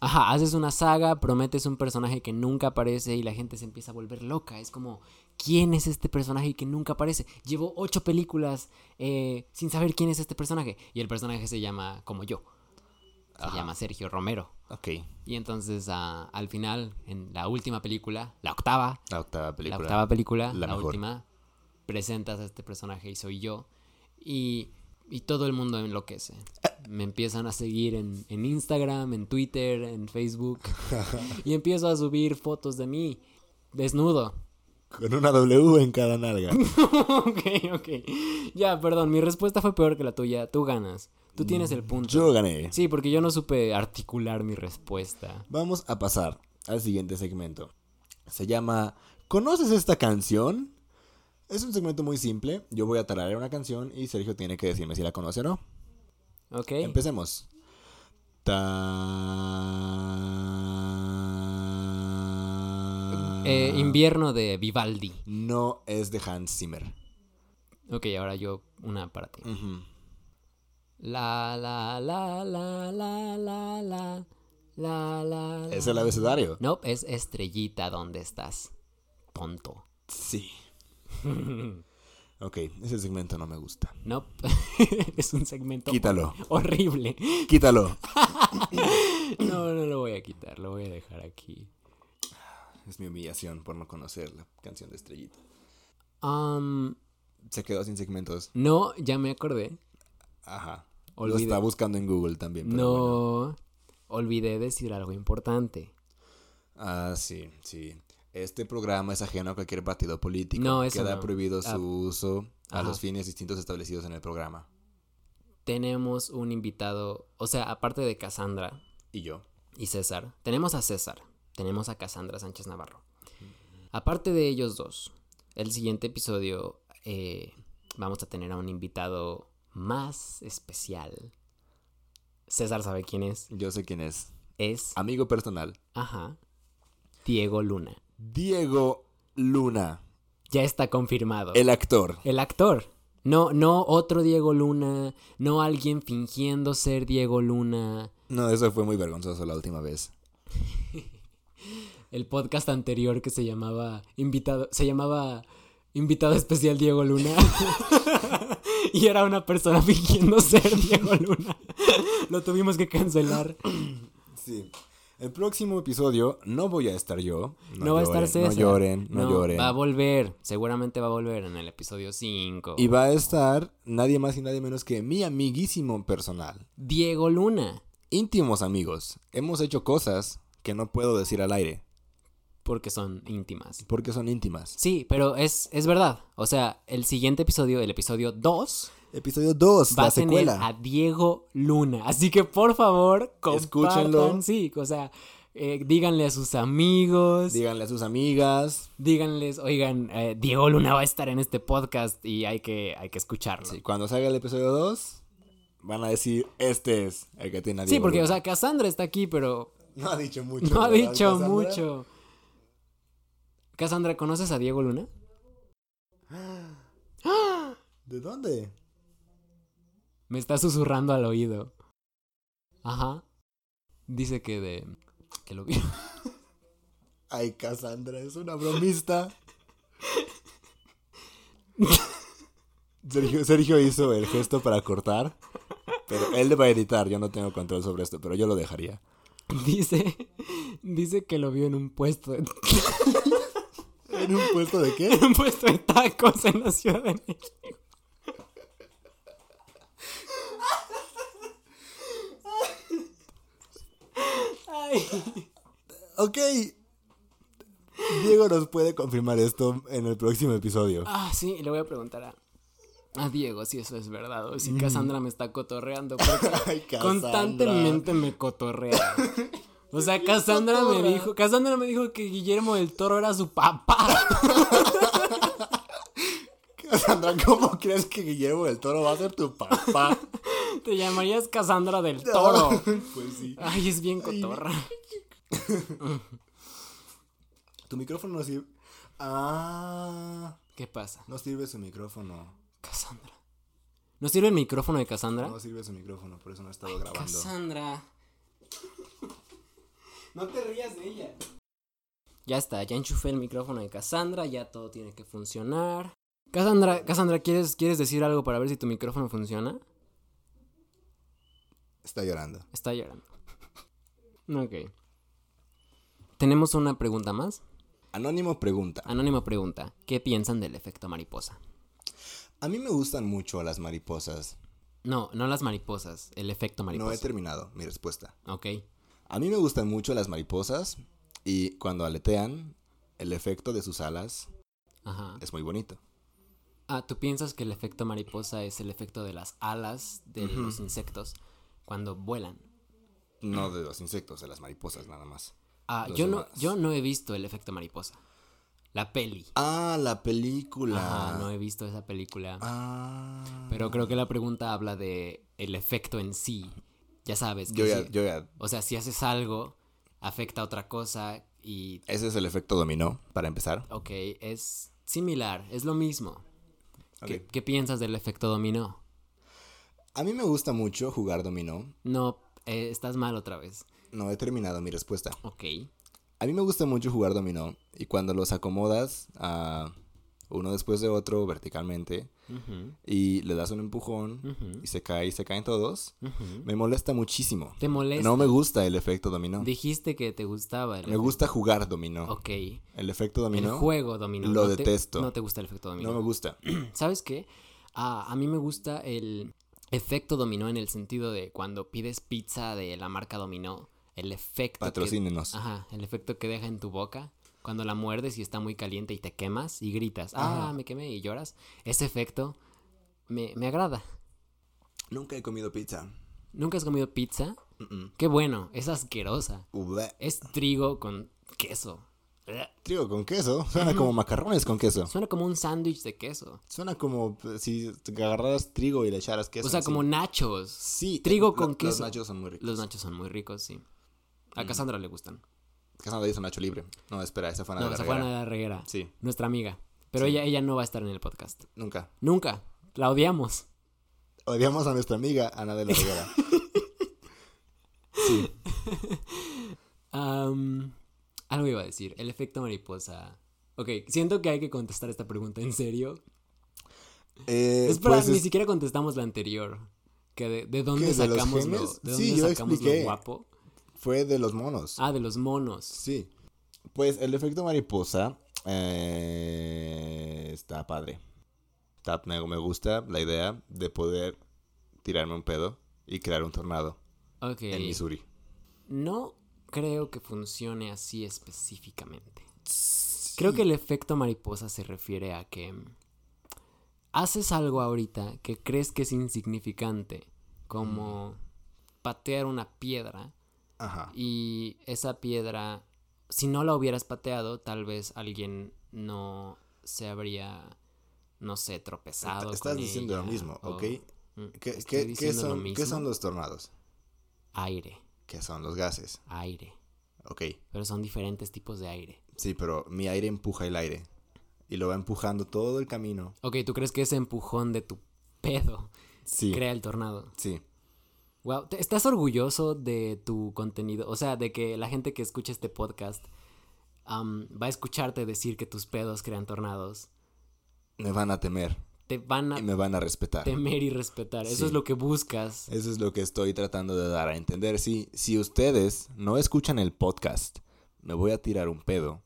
Ajá, haces una saga, prometes un personaje que nunca aparece y la gente se empieza a volver loca. Es como, ¿quién es este personaje que nunca aparece? Llevo ocho películas eh, sin saber quién es este personaje. Y el personaje se llama como yo. Se Ajá. llama Sergio Romero. Ok. Y entonces ah, al final, en la última película, la octava, La octava película. la octava película, la, La mejor. última, presentas a este personaje y soy yo. Y, y todo el mundo enloquece. Me empiezan a seguir en, en Instagram, en Twitter, en Facebook. <laughs> y empiezo a subir fotos de mí, desnudo. <laughs> Con una W en cada nalga. <laughs> ok, ok. Ya, perdón, mi respuesta fue peor que la tuya. Tú ganas. Tú tienes el punto. Mm, Yo gané. Sí, porque yo no supe articular mi respuesta. Vamos a pasar al siguiente segmento. Se llama ¿Conoces esta canción? Es un segmento muy simple. Yo voy a tararear una canción y Sergio tiene que decirme si la conoce o no. Ok. Empecemos. Ta- Eh, invierno de Vivaldi. no es de Hans Zimmer. Ok, ahora yo una para ti. Ujú. La la la la la la la la la. Es el abecedario. No, es estrellita donde estás. Tonto. Sí. Ok, ese segmento no me gusta. No, <laughs> es un segmento Quítalo, horrible. quítalo. No, no lo voy a quitar, lo voy a dejar aquí. Es mi humillación por no conocer la canción de Estrellita. Am, Se quedó sin segmentos. Um, no, ya me acordé. Ajá. Lo Olvide. está buscando en Google también. Pero No, bueno. olvidé decir algo importante. Ah, sí, sí. Este programa es ajeno a cualquier partido político. No, eso Queda no. prohibido Ah. su uso a Ajá. los fines distintos establecidos en el programa. Tenemos un invitado, o sea, aparte de Cassandra, Y yo. y César. Tenemos a César, tenemos a Cassandra Sánchez Navarro. Aparte de ellos dos, el siguiente episodio eh, vamos a tener a un invitado más especial. César sabe quién es. Yo sé quién es. Es, Amigo personal. ajá, Diego Luna. Diego Luna, Ya está confirmado. el actor. El actor. No, no otro Diego Luna, no alguien fingiendo ser Diego Luna. No, eso fue muy vergonzoso la última vez. El podcast anterior que se llamaba invitado, se llamaba invitado especial Diego Luna. <laughs> y era una persona fingiendo ser Diego Luna. <laughs> Lo tuvimos que cancelar. Sí. El próximo episodio no voy a estar yo. No, va a estar lloren, César. No lloren, no, lloren. Va a volver. Seguramente va a volver en el episodio 5. Y va a estar nadie más y nadie menos que mi amiguísimo personal. Diego Luna. Íntimos amigos. Hemos hecho cosas que no puedo decir al aire Porque son íntimas. porque son íntimas. Sí, pero es, es verdad. O sea, el siguiente episodio, el episodio 2, Episodio 2, va la a tener secuela. a Diego Luna. Así que por favor, Escúchenlo. compartan. Sí, o sea, eh, díganle a sus amigos. Díganle a sus amigas. díganles, oigan, eh, Diego Luna va a estar en este podcast y hay que, hay que escucharlo. Sí, Sí, cuando salga el episodio 2, van a decir, este es el que tiene a Diego porque, o Luna". sea, Cassandra está aquí, pero <laughs> No ha dicho mucho. no ha ¿verdad, dicho Cassandra? mucho. Cassandra, ¿conoces a Diego Luna? ¿De dónde? Me está susurrando al oído. Ajá. Dice que de... Que lo vio. <laughs> Ay, Cassandra, es una bromista. Sergio, Sergio hizo el gesto para cortar, pero él le va a editar. Yo no tengo control sobre esto, pero yo lo dejaría. Dice... Dice que lo vio en un puesto de, ¿En un puesto de qué? <laughs> en un puesto de tacos en la Ciudad de México. Ay. Ok. Diego nos puede confirmar esto en el próximo episodio. Ah, sí, le voy a preguntar a, a Diego si eso es verdad o si Cassandra me está cotorreando. Porque <laughs> Ay, Cassandra. constantemente me cotorrea. O sea, Cassandra me dijo, Cassandra me dijo que Guillermo del Toro era su papá. <laughs> Cassandra, ¿cómo crees que Guillermo del Toro va a ser tu papá? Te llamarías Cassandra del <laughs> Toro. pues sí. Ay, es bien cotorra. Tu micrófono no sirve. Ah, ¿Qué pasa? no sirve su micrófono. Cassandra. ¿No sirve el micrófono de Cassandra? No sirve su micrófono, por eso no he estado grabando. Cassandra. No te rías de ella. Ya está, ya enchufé el micrófono de Cassandra, ya todo tiene que funcionar. Cassandra, Cassandra, ¿quieres, ¿quieres decir algo para ver si tu micrófono funciona? Está llorando. Está llorando. Ok. Tenemos una pregunta más. Anónimo pregunta. Anónima pregunta. ¿Qué piensan del efecto mariposa? A mí me gustan mucho las mariposas. No, no las mariposas, el efecto No he mariposa. terminado mi respuesta. ok. A mí me gustan mucho las mariposas y cuando aletean, el efecto de sus alas Ajá. es muy bonito. Ah, ¿tú piensas que el efecto mariposa es el efecto de las alas de los insectos cuando vuelan? No de los insectos, de las mariposas nada más. Ah, Los yo no, demás. yo no he visto el efecto mariposa. La peli. Ah, la película. Ajá, no he visto esa película. Ah. Pero creo que la pregunta habla de el efecto en sí. Ya sabes que Yo ya, si- yo ya. o sea, si haces algo, afecta a otra cosa y Ese es el efecto dominó, para empezar. ok, es similar, es lo mismo. ¿Qué, Ok. qué piensas del efecto dominó? A mí me gusta mucho jugar dominó. No, eh, estás mal otra vez. No he terminado mi respuesta. Ok. A mí me gusta mucho jugar dominó y cuando los acomodas ah, uno después de otro verticalmente Ujú, y le das un empujón ujú, y se cae y se caen todos, ujú. me molesta muchísimo. ¿Te molesta? No me gusta el efecto dominó. Dijiste que te gustaba el Me gusta jugar dominó. Ok. El El efecto dominó juego dominó. lo No te- detesto. no te gusta el efecto dominó. no me gusta. ¿Sabes qué? Ah, a mí me gusta el efecto dominó en el sentido de cuando pides pizza de la marca dominó, el efecto Patrocínenos. que ajá, el efecto que deja en tu boca cuando la muerdes y está muy caliente y te quemas y gritas, "Ah, Ajá. me quemé" y lloras. Ese efecto me, me agrada. Nunca he comido pizza. ¿Nunca has comido pizza? Mm-mm. Qué bueno, es asquerosa. Ube. Es trigo con queso. Ugh. Trigo con queso. Suena como macarrones con queso. Suena como un sándwich de queso. Suena como eh, si agarraras trigo y le echaras queso. O sea, como encima. nachos. Sí. trigo lo- con Los queso. nachos son muy ricos. Los nachos son muy ricos, sí. Mm. A Cassandra le gustan. Cassandra dice nacho libre. No, espera, esa fue una de No, la se fue a reguera. la reguera. Sí, Nuestra amiga. Pero Sí. ella, ella no va a estar en el podcast. nunca. Nunca. La odiamos. Odiamos a nuestra amiga Ana de la <laughs> Reguera. sí. Am, algo iba a decir. El efecto mariposa. Ok, siento que hay que contestar esta pregunta en serio. Eh, es para, pues ni es- siquiera contestamos la anterior. Que de, de dónde ¿Qué, de los sacamos lo, genes? de Sí, dónde yo sacamos lo expliqué. guapo. fue de los monos. Ah, de los monos. Sí. Pues el efecto mariposa eh, está padre. Está- me, me gusta la idea de poder tirarme un pedo y crear un tornado Ok. en Missouri. No creo que funcione así específicamente. Creo que el efecto mariposa se refiere a que mm, haces algo ahorita que crees que es insignificante, como patear una piedra Ajá. y esa piedra, si no la hubieras pateado, tal vez alguien no se habría, no sé, tropezado. Est- estás con diciendo lo ella, mismo, o- ¿ok? Mm, ¿Qué, estoy qué- qué diciendo lo son, qué mismo. son los tornados? Aire, ¿Qué son los gases? aire. Ok. Pero son diferentes tipos de aire. Sí, pero mi aire empuja el aire. Y lo va empujando todo el camino. Ok, ¿tú crees que ese empujón de tu pedo Sí. crea el tornado? Sí. Wow, ¿te- ¿estás orgulloso de tu contenido? O sea, de que la gente que escucha este podcast am, va a escucharte decir que tus pedos crean tornados. Me van a temer Te van y a me van a respetar. temer y respetar. Eso Sí. es lo que buscas. Eso es lo que estoy tratando de dar a entender. Si, si ustedes no escuchan el podcast, me voy a tirar un pedo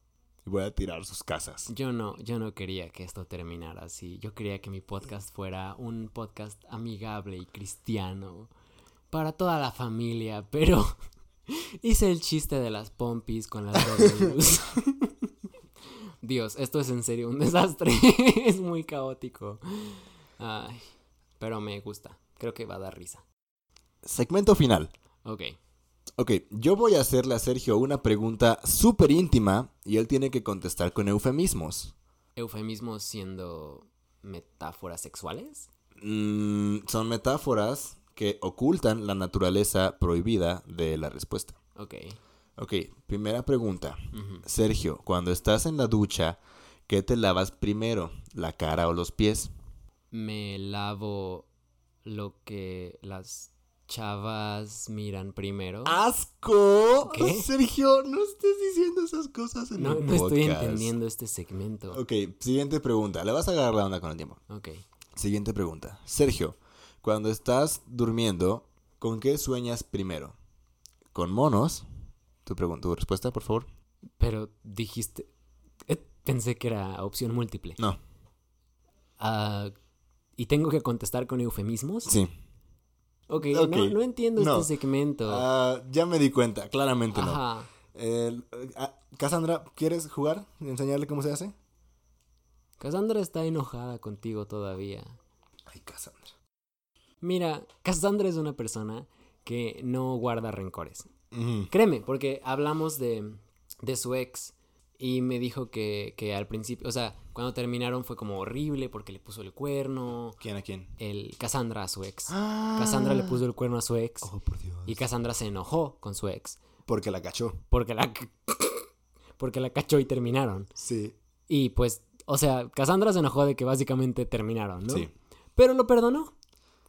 y voy a tirar sus casas. Yo no, yo no quería que esto terminara así. Yo quería que mi podcast fuera un podcast amigable y cristiano para toda la familia, pero <laughs> hice el chiste de las pompis con las dos de luz. <laughs> Dios, esto es en serio un desastre. <laughs> es muy caótico. Ay, pero me gusta. Creo que va a dar risa. Segmento final. Ok. Ok, yo voy a hacerle a Sergio una pregunta súper íntima y él tiene que contestar con eufemismos. Eufemismos siendo metáforas sexuales. Mm, son metáforas que ocultan la naturaleza prohibida de la respuesta. Ok. Ok, primera pregunta. ujú. Sergio, cuando estás en la ducha, ¿qué te lavas primero? ¿La cara o los pies? me lavo lo que las chavas miran primero. Ah, ¡Asco! ¿Qué? Sergio, no estés diciendo esas cosas en no el no estoy podcast. entendiendo este segmento. Ok, siguiente pregunta. Le vas a agarrar la onda con el tiempo. Ok. Siguiente pregunta. Sergio, cuando estás durmiendo, ¿con qué sueñas primero? ¿Con monos? Tu, pregun- tu respuesta, por favor. Pero dijiste. eh, Pensé que era opción múltiple. No. Ah, ¿Y tengo que contestar con eufemismos? Sí. Ok, Ok. No, no entiendo No. este segmento. Ah, ya me di cuenta, claramente no. Ajá. Eh, ah, Cassandra, ¿quieres jugar? ¿Enseñarle cómo se hace? Cassandra está enojada contigo todavía. Ay, Cassandra. Mira, Cassandra es una persona que no guarda rencores. Créeme, porque hablamos de, de su ex y me dijo que, que al principio, o sea, cuando terminaron fue como horrible porque le puso el cuerno, ¿Quién a quién? el Cassandra a su ex. Ah. Cassandra le puso el cuerno a su ex Oh, por Dios. y Cassandra se enojó con su ex Porque la cachó. porque la, <coughs> porque la cachó y terminaron. Sí. Y pues, o sea, Cassandra se enojó de que básicamente terminaron, ¿no? Sí. Pero lo perdonó,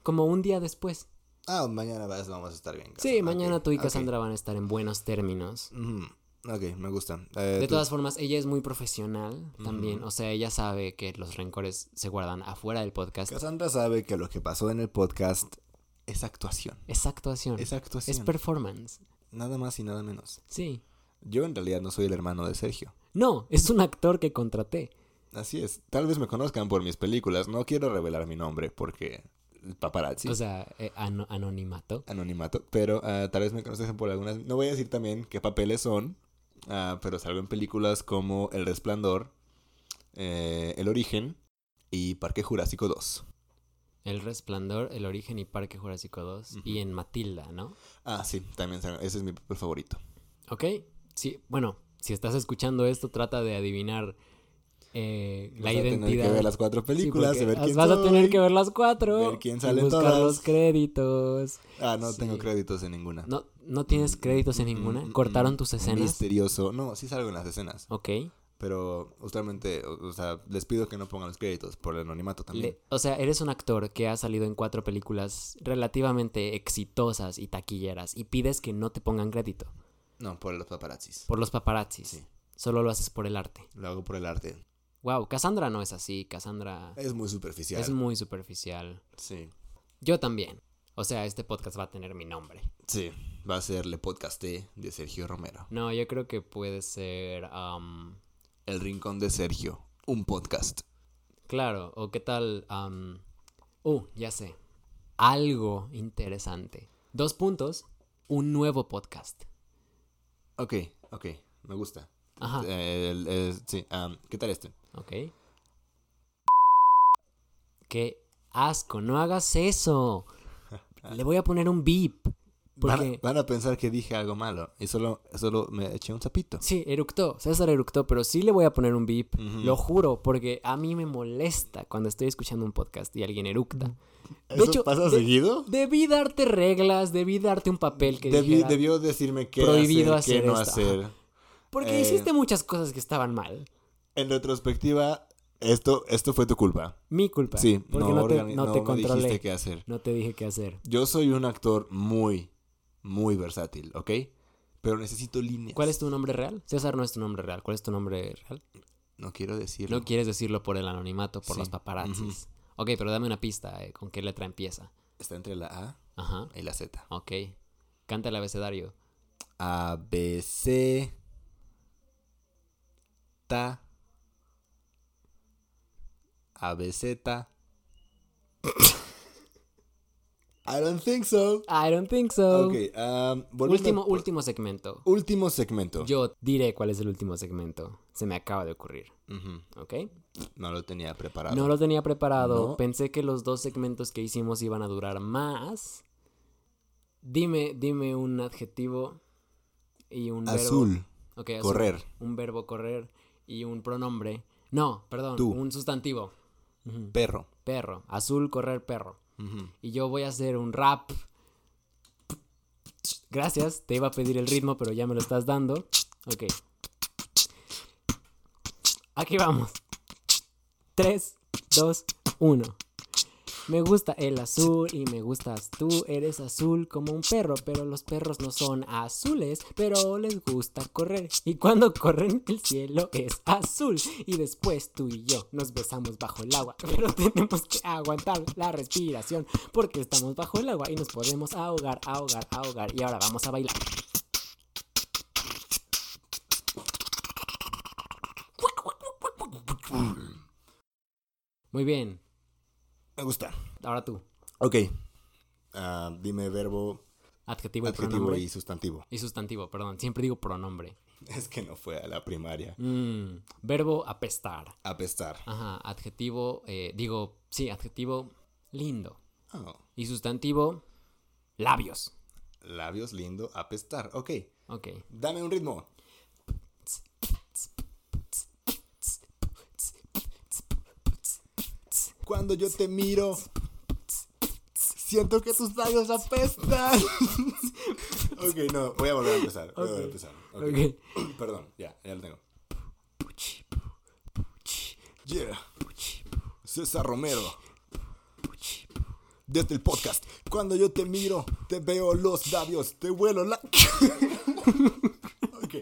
como un día después. Ah, mañana vas- vamos a estar bien. Sí, Cassandra. mañana Ok, tú y ok. Cassandra van a estar en buenos términos. Ujú. Ok, me gusta. Eh, De tú- todas formas, ella es muy profesional también. Ujú. O sea, ella sabe que los rencores se guardan afuera del podcast. Cassandra sabe que lo que pasó en el podcast es actuación. Es actuación. Es Es, actuación. performance. nada más y nada menos. Sí. Yo en realidad no soy el hermano de Sergio. No, es un actor que contraté. Así es. Tal vez me conozcan por mis películas. No quiero revelar mi nombre porque paparazzi. O sea, eh, ano- anonimato. anonimato, pero ah, tal vez me conocen por algunas... No voy a decir también qué papeles son, ah, pero salgo en películas como El Resplandor, eh, El Origen y Parque Jurásico 2. El Resplandor, El Origen y Parque Jurásico 2. Ujú. Y en Matilda, ¿no? Ah, sí, también salgo- ese es mi papel favorito. ¿Ok? Sí, bueno, si estás escuchando esto, trata de adivinar eh, la vas a tener identidad. que ver las cuatro Sí, películas, porque ver quién vas a soy. tener que ver las cuatro. ver quién y sale en buscar todas. los créditos. Ah, no Sí. tengo créditos en ninguna. No, no tienes Mm, créditos en mm, ninguna. mm, Cortaron mm, tus escenas. Misterioso. No, sí salgo en las escenas, Ok. pero usualmente, o, o sea, les pido que no pongan los créditos por el anonimato también. Le- o sea, eres un actor que ha salido en cuatro películas relativamente exitosas y taquilleras y pides que no te pongan crédito No, por los paparazzis. por los paparazzis. Sí. Solo lo haces por el arte. Lo hago por el arte. Wow, Cassandra no es así. Cassandra Es muy superficial. es muy superficial. Sí. Yo también. O sea, este podcast va a tener mi nombre. Sí. Va a ser Le Podcasté de Sergio Romero. No, yo creo que puede ser. am, El Rincón de Sergio. Un podcast. claro, o qué tal. am, uh, ya sé. Algo interesante. Dos puntos. Un nuevo podcast. Ok, ok. Me gusta. Ajá. Eh, el- el- sí. am, ¿Qué tal este? Ok. Qué asco. No hagas eso. Le voy a poner un beep. Van a, Porque. van a pensar que dije algo malo y solo, solo me eché un sapito. Sí, eructó. César eructó, pero sí le voy a poner un beep. Ujú. Lo juro, porque a mí me molesta cuando estoy escuchando un podcast y alguien eructa. De ¿Eso hecho, pasa de- seguido? Debí darte reglas, debí darte un papel que Debí- dijera, debió decirme qué prohibido hacer, qué hacer no esto. hacer. Porque eh, hiciste muchas cosas que estaban mal. En retrospectiva, esto, esto fue tu culpa. Mi culpa. Sí, porque no, te, organi- no no te me controlé. dijiste qué hacer. No te dije qué hacer. Yo soy un actor muy, muy versátil, ¿ok? Pero necesito líneas. ¿Cuál es tu nombre real? César no es tu nombre real. ¿Cuál es tu nombre real? No quiero decirlo. No quieres decirlo por el anonimato, por Sí. los paparazzis. Ok, pero dame una pista. eh, ¿Con qué letra empieza? Está entre la A Ajá. y la Z. Ok. Canta el abecedario. A, B, C. Ta. A, B, Z. I don't think so. I don't think so. Ok, um, volviendo- Último, último segmento. último segmento. Yo diré cuál es el último segmento. Se me acaba de ocurrir. Ujú, ¿Ok? No lo tenía preparado. No lo tenía preparado. No. Pensé que los dos segmentos que hicimos iban a durar más. Dime, dime un adjetivo y un verbo. Azul, Ok, azul. correr. Un verbo correr y un pronombre. No, perdón, Tú. un sustantivo. Ujú. Perro. Perro. Azul, correr, perro. Ujú. Y yo voy a hacer un rap. Gracias, te iba a pedir el ritmo, pero ya me lo estás dando. Ok. Aquí vamos. 3, 2, 1. Me gusta el azul y me gustas tú. Eres azul como un perro, pero los perros no son azules, pero les gusta correr. Y cuando corren, el cielo es azul. Y después tú y yo nos besamos bajo el agua, <laughs> pero tenemos que aguantar la respiración porque estamos bajo el agua y nos podemos ahogar, ahogar, ahogar. Y ahora vamos a bailar. Muy bien, Me gusta. ahora tú. Ok. Ah, dime verbo, Adjetivo y adjetivo pronombre. y sustantivo. <laughs> Y sustantivo, perdón. Siempre digo pronombre. Es que no fue a la primaria. Mm, verbo apestar. Apestar. Ajá. Adjetivo, eh, digo, sí, adjetivo lindo. Oh, Y sustantivo, labios. labios lindo, apestar. Ok. Ok. Dame un ritmo. Cuando yo te miro, siento que tus labios apestan. <laughs> ok, no, voy a volver a empezar. Voy a volver Ok. a empezar. Ok. Ok. <laughs> Perdón, ya, ya lo tengo. Yeah. César Romero. Desde el podcast. Cuando yo te miro, te veo los labios, te vuelo la. <laughs> ok.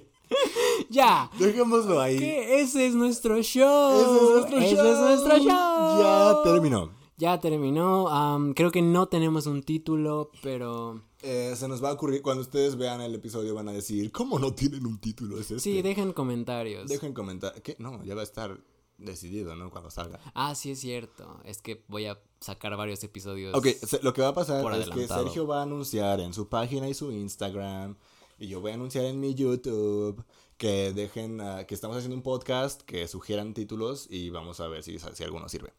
¡Ya! Dejémoslo ahí. que ¡Ese es nuestro show! Ese es nuestro ¡Ese show. es nuestro show! Ya terminó. Ya terminó. am, creo que no tenemos un título, pero. Eh, se nos va a ocurrir cuando ustedes vean el episodio van a decir cómo no tienen un título es este. Sí, dejen comentarios. Dejen comentar. ¿Qué? No, ya va a estar decidido, ¿no? Cuando salga. Ah, sí, es cierto. Es que voy a sacar varios episodios. Ok, se- lo que va a pasar por es que adelantado. Sergio va a anunciar en su página y su Instagram y yo voy a anunciar en mi YouTube que dejen ah, que estamos haciendo un podcast, que sugieran títulos y vamos a ver si, si alguno sirve.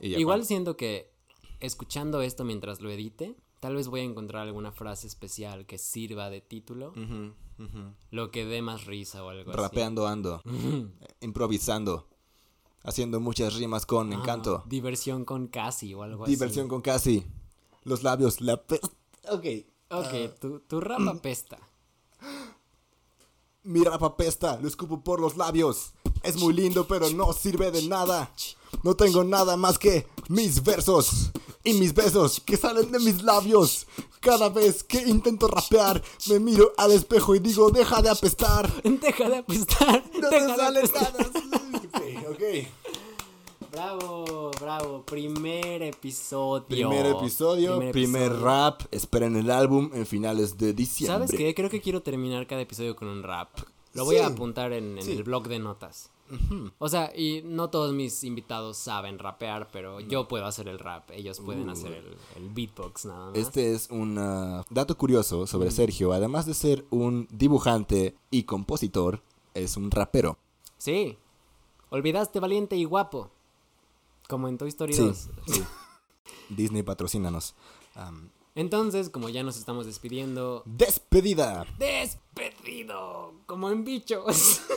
Y ya Igual siento que escuchando esto mientras lo edite, tal vez voy a encontrar alguna frase especial que sirva de título, cuando- Ujú, ujú. lo que dé más risa o algo Mm. <laughs> Rapeando ando, eh, improvisando, haciendo muchas rimas con así. Ah, encanto, diversión con casi o algo diversión con casi, los labios, la pe- Ok, así. Ok, tu, tu Mm. rap apesta. <laughs> Mi rap apesta, lo escupo por los labios. Es muy lindo, pero no sirve de nada. No tengo nada más que mis versos y mis besos que salen de mis labios. Cada vez que intento rapear, me miro al espejo y digo, deja de apestar. Deja de apestar. <laughs> No te deja de sale apestar. nada. Ok, <laughs> ok. Bravo, bravo. Primer episodio. Primer episodio, primer, episodio. rap. Esperen el álbum en finales de diciembre. ¿Sabes qué? Creo que quiero terminar cada episodio con un rap. Lo voy Sí. a apuntar en, en el blog de notas. O sea, y no todos mis invitados saben rapear, pero yo puedo hacer el rap. Ellos pueden hacer el, el beatbox nada más. Uh. Este es un ah, dato curioso Mm. sobre Sergio. Además de ser un dibujante y compositor, es un rapero. Sí. Olvidaste valiente y guapo. Como en Toy Story Sí, 2. sí. Disney patrocínanos. Am, Entonces, como ya nos estamos despidiendo. despedida. ¡Despedido! Como en bichos. <laughs>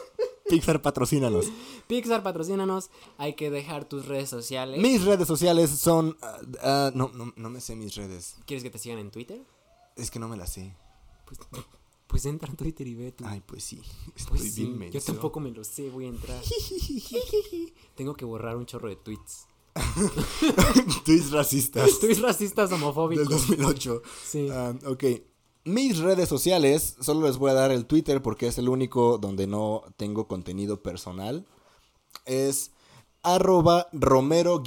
Pixar patrocínanos. Pixar, patrocínanos. Hay que dejar tus redes sociales. Mis redes sociales son... ah, ah, no, no, no me sé mis redes. ¿Quieres que te sigan en Twitter? Es que no me las sé. Pues, <laughs> pues entra en Twitter y ve tú. Ay, pues sí. Estoy Pues sí, yo bien menso. tampoco me lo sé, voy a <laughs> entrar. Tengo que borrar un chorro de <laughs> tweets. Tweets racistas Tweets racistas del homofóbicos. 2008. Sí. Ah, ok. Mis redes sociales, solo les voy a dar el Twitter porque es el único donde no tengo contenido personal. Es arroba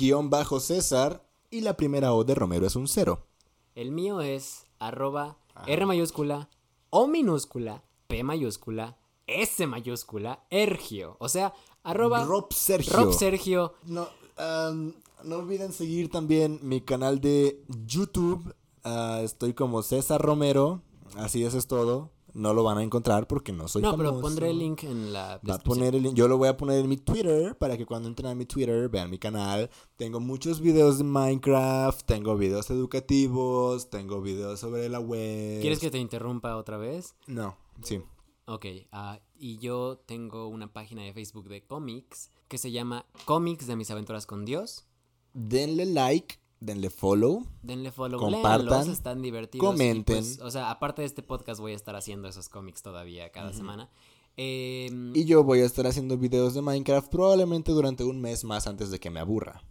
romero-césar y la primera O de Romero es un cero. El mío es arroba Ah. R mayúscula, O minúscula, P mayúscula, S mayúscula, Ergio. O sea, arroba Rob Sergio. Rob Sergio. No, am, no olviden seguir también mi canal de YouTube. Ah, estoy como César Romero. Así eso es todo. No lo van a encontrar porque no soy No, famoso. pero pondré el link en la Va a descripción. poner el link- yo lo voy a poner en mi Twitter para que cuando entren a mi Twitter vean mi canal. Tengo muchos videos de Minecraft, tengo videos educativos, tengo videos sobre la web. ¿Quieres que te interrumpa otra vez? No, sí. Ok, ah, y yo tengo una página de Facebook de cómics que se llama Cómics de mis aventuras con Dios. Denle like, denle follow. Denle follow, Compartan, léanlos, están divertidos. y, comenten. pues, o sea, aparte de este podcast voy a estar haciendo esos cómics todavía cada semana. Em, Y yo voy a estar haciendo videos de Minecraft probablemente durante un mes más antes de que me aburra.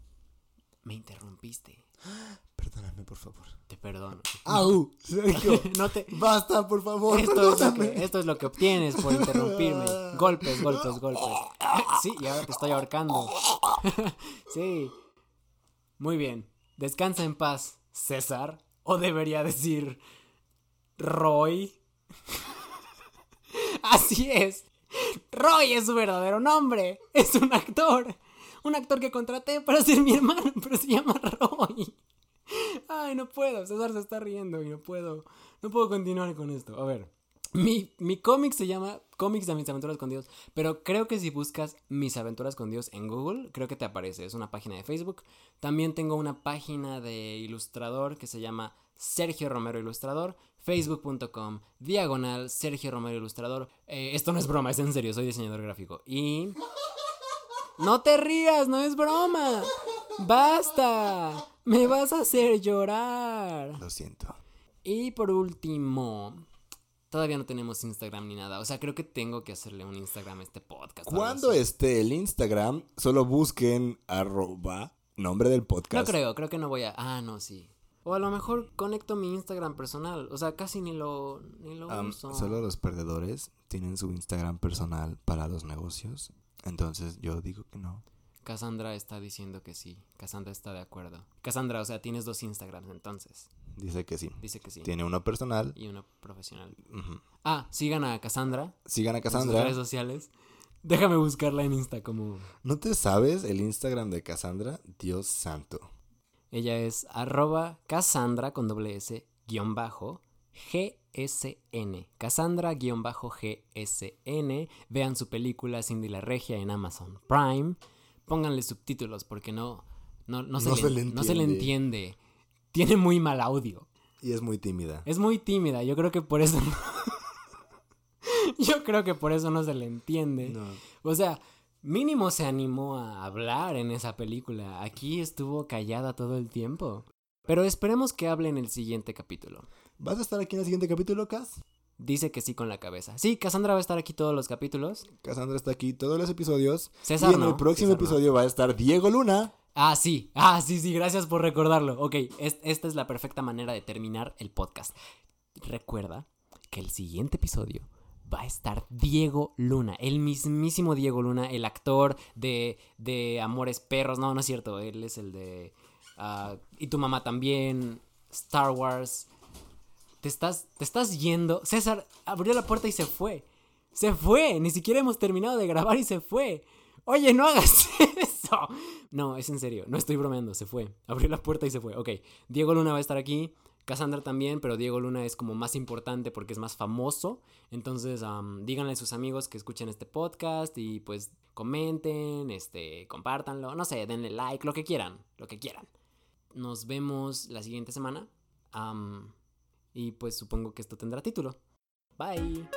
Me interrumpiste, Perdóname, por favor. <laughs> te perdono. ¡Au! Sergio, <laughs> No te... basta, por favor. Esto es, lo perdóname. que, esto es lo que obtienes por interrumpirme. Golpes, golpes, golpes. <laughs> Sí, y ahora te estoy ahorcando. <laughs> Sí. Muy bien. Descansa en paz, César. O debería decir Roy. <laughs> Así es. Roy es su verdadero nombre. Es un actor. Un actor que contraté para ser mi hermano, pero se llama Roy. Ay, no puedo. César se está riendo y no puedo. No puedo continuar con esto. A ver. Mi, mi cómic se llama Cómics de mis aventuras con Dios, pero creo que si buscas mis aventuras con Dios en Google, creo que te aparece. Es una página de Facebook. También tengo una página de ilustrador que se llama Sergio Romero Ilustrador, facebook.com, diagonal Sergio Romero Ilustrador. Eh, esto no es broma, es en serio, soy diseñador gráfico. Y... No te rías, no es broma. Basta. Me vas a hacer llorar. Lo siento. Y por último, todavía no tenemos Instagram ni nada. O sea, creo que tengo que hacerle un Instagram a este podcast. o algo Cuando así. esté el Instagram, solo busquen arroba nombre del No podcast. creo, creo que no voy a. Ah, no, sí. O a lo mejor conecto mi Instagram personal. O sea, casi ni lo, ni lo Am, uso. solo los perdedores tienen su Instagram personal para los negocios. Entonces yo digo que no. Cassandra está diciendo que sí. Cassandra está de acuerdo. Cassandra, o sea, tienes dos Instagrams entonces. Dice que sí. Dice que sí. Tiene uno personal. Y uno profesional. Ujú. Ah, sigan a Cassandra. Sigan a en sus redes Cassandra. sociales. Déjame buscarla en Insta como. ¿No te sabes el Instagram de Cassandra? Dios santo. Ella es arroba Cassandra con doble S guión bajo GSN. Cassandra guión bajo GSN. Vean su película Cindy la Regia en Amazon Prime. Pónganle subtítulos porque no, no, no se, No le, se le no se le entiende. entiende. Tiene muy mal audio. Y es muy tímida. Es muy tímida. Yo creo que por eso no- <laughs> Yo creo que por eso no se le entiende. No. O sea, mínimo se animó a hablar en esa película. Aquí estuvo callada todo el tiempo. Pero esperemos que hable en el siguiente capítulo. ¿Vas a estar aquí en el siguiente capítulo, Cas? dice que sí con la cabeza. Sí, Cassandra va a estar aquí todos los capítulos. Cassandra está aquí todos los episodios. César y en no, el próximo César no. episodio va a estar Diego Luna. Ah, sí, ah, sí, sí, gracias por recordarlo. Ok, es- esta es la perfecta manera de terminar el podcast. Recuerda que el siguiente episodio va a estar Diego Luna, el mismísimo Diego Luna, el actor de, de Amores Perros. No, no es cierto, él es el de... ah, y tu mamá también, Star Wars. Te estás, te estás yendo. César abrió la puerta y se fue. Se fue. Ni siquiera hemos terminado de grabar y se fue. Oye, no hagas <laughs> eso. No, es en serio. No estoy bromeando. Se fue. Abrió la puerta y se fue. Ok. Diego Luna va a estar aquí. Cassandra también, pero Diego Luna es como más importante porque es más famoso. Entonces, am, díganle a sus amigos que escuchen este podcast y pues comenten, este, compártanlo, no sé, denle like, lo que quieran, lo que quieran. Nos vemos la siguiente semana. Am, y pues supongo que esto tendrá título. Bye.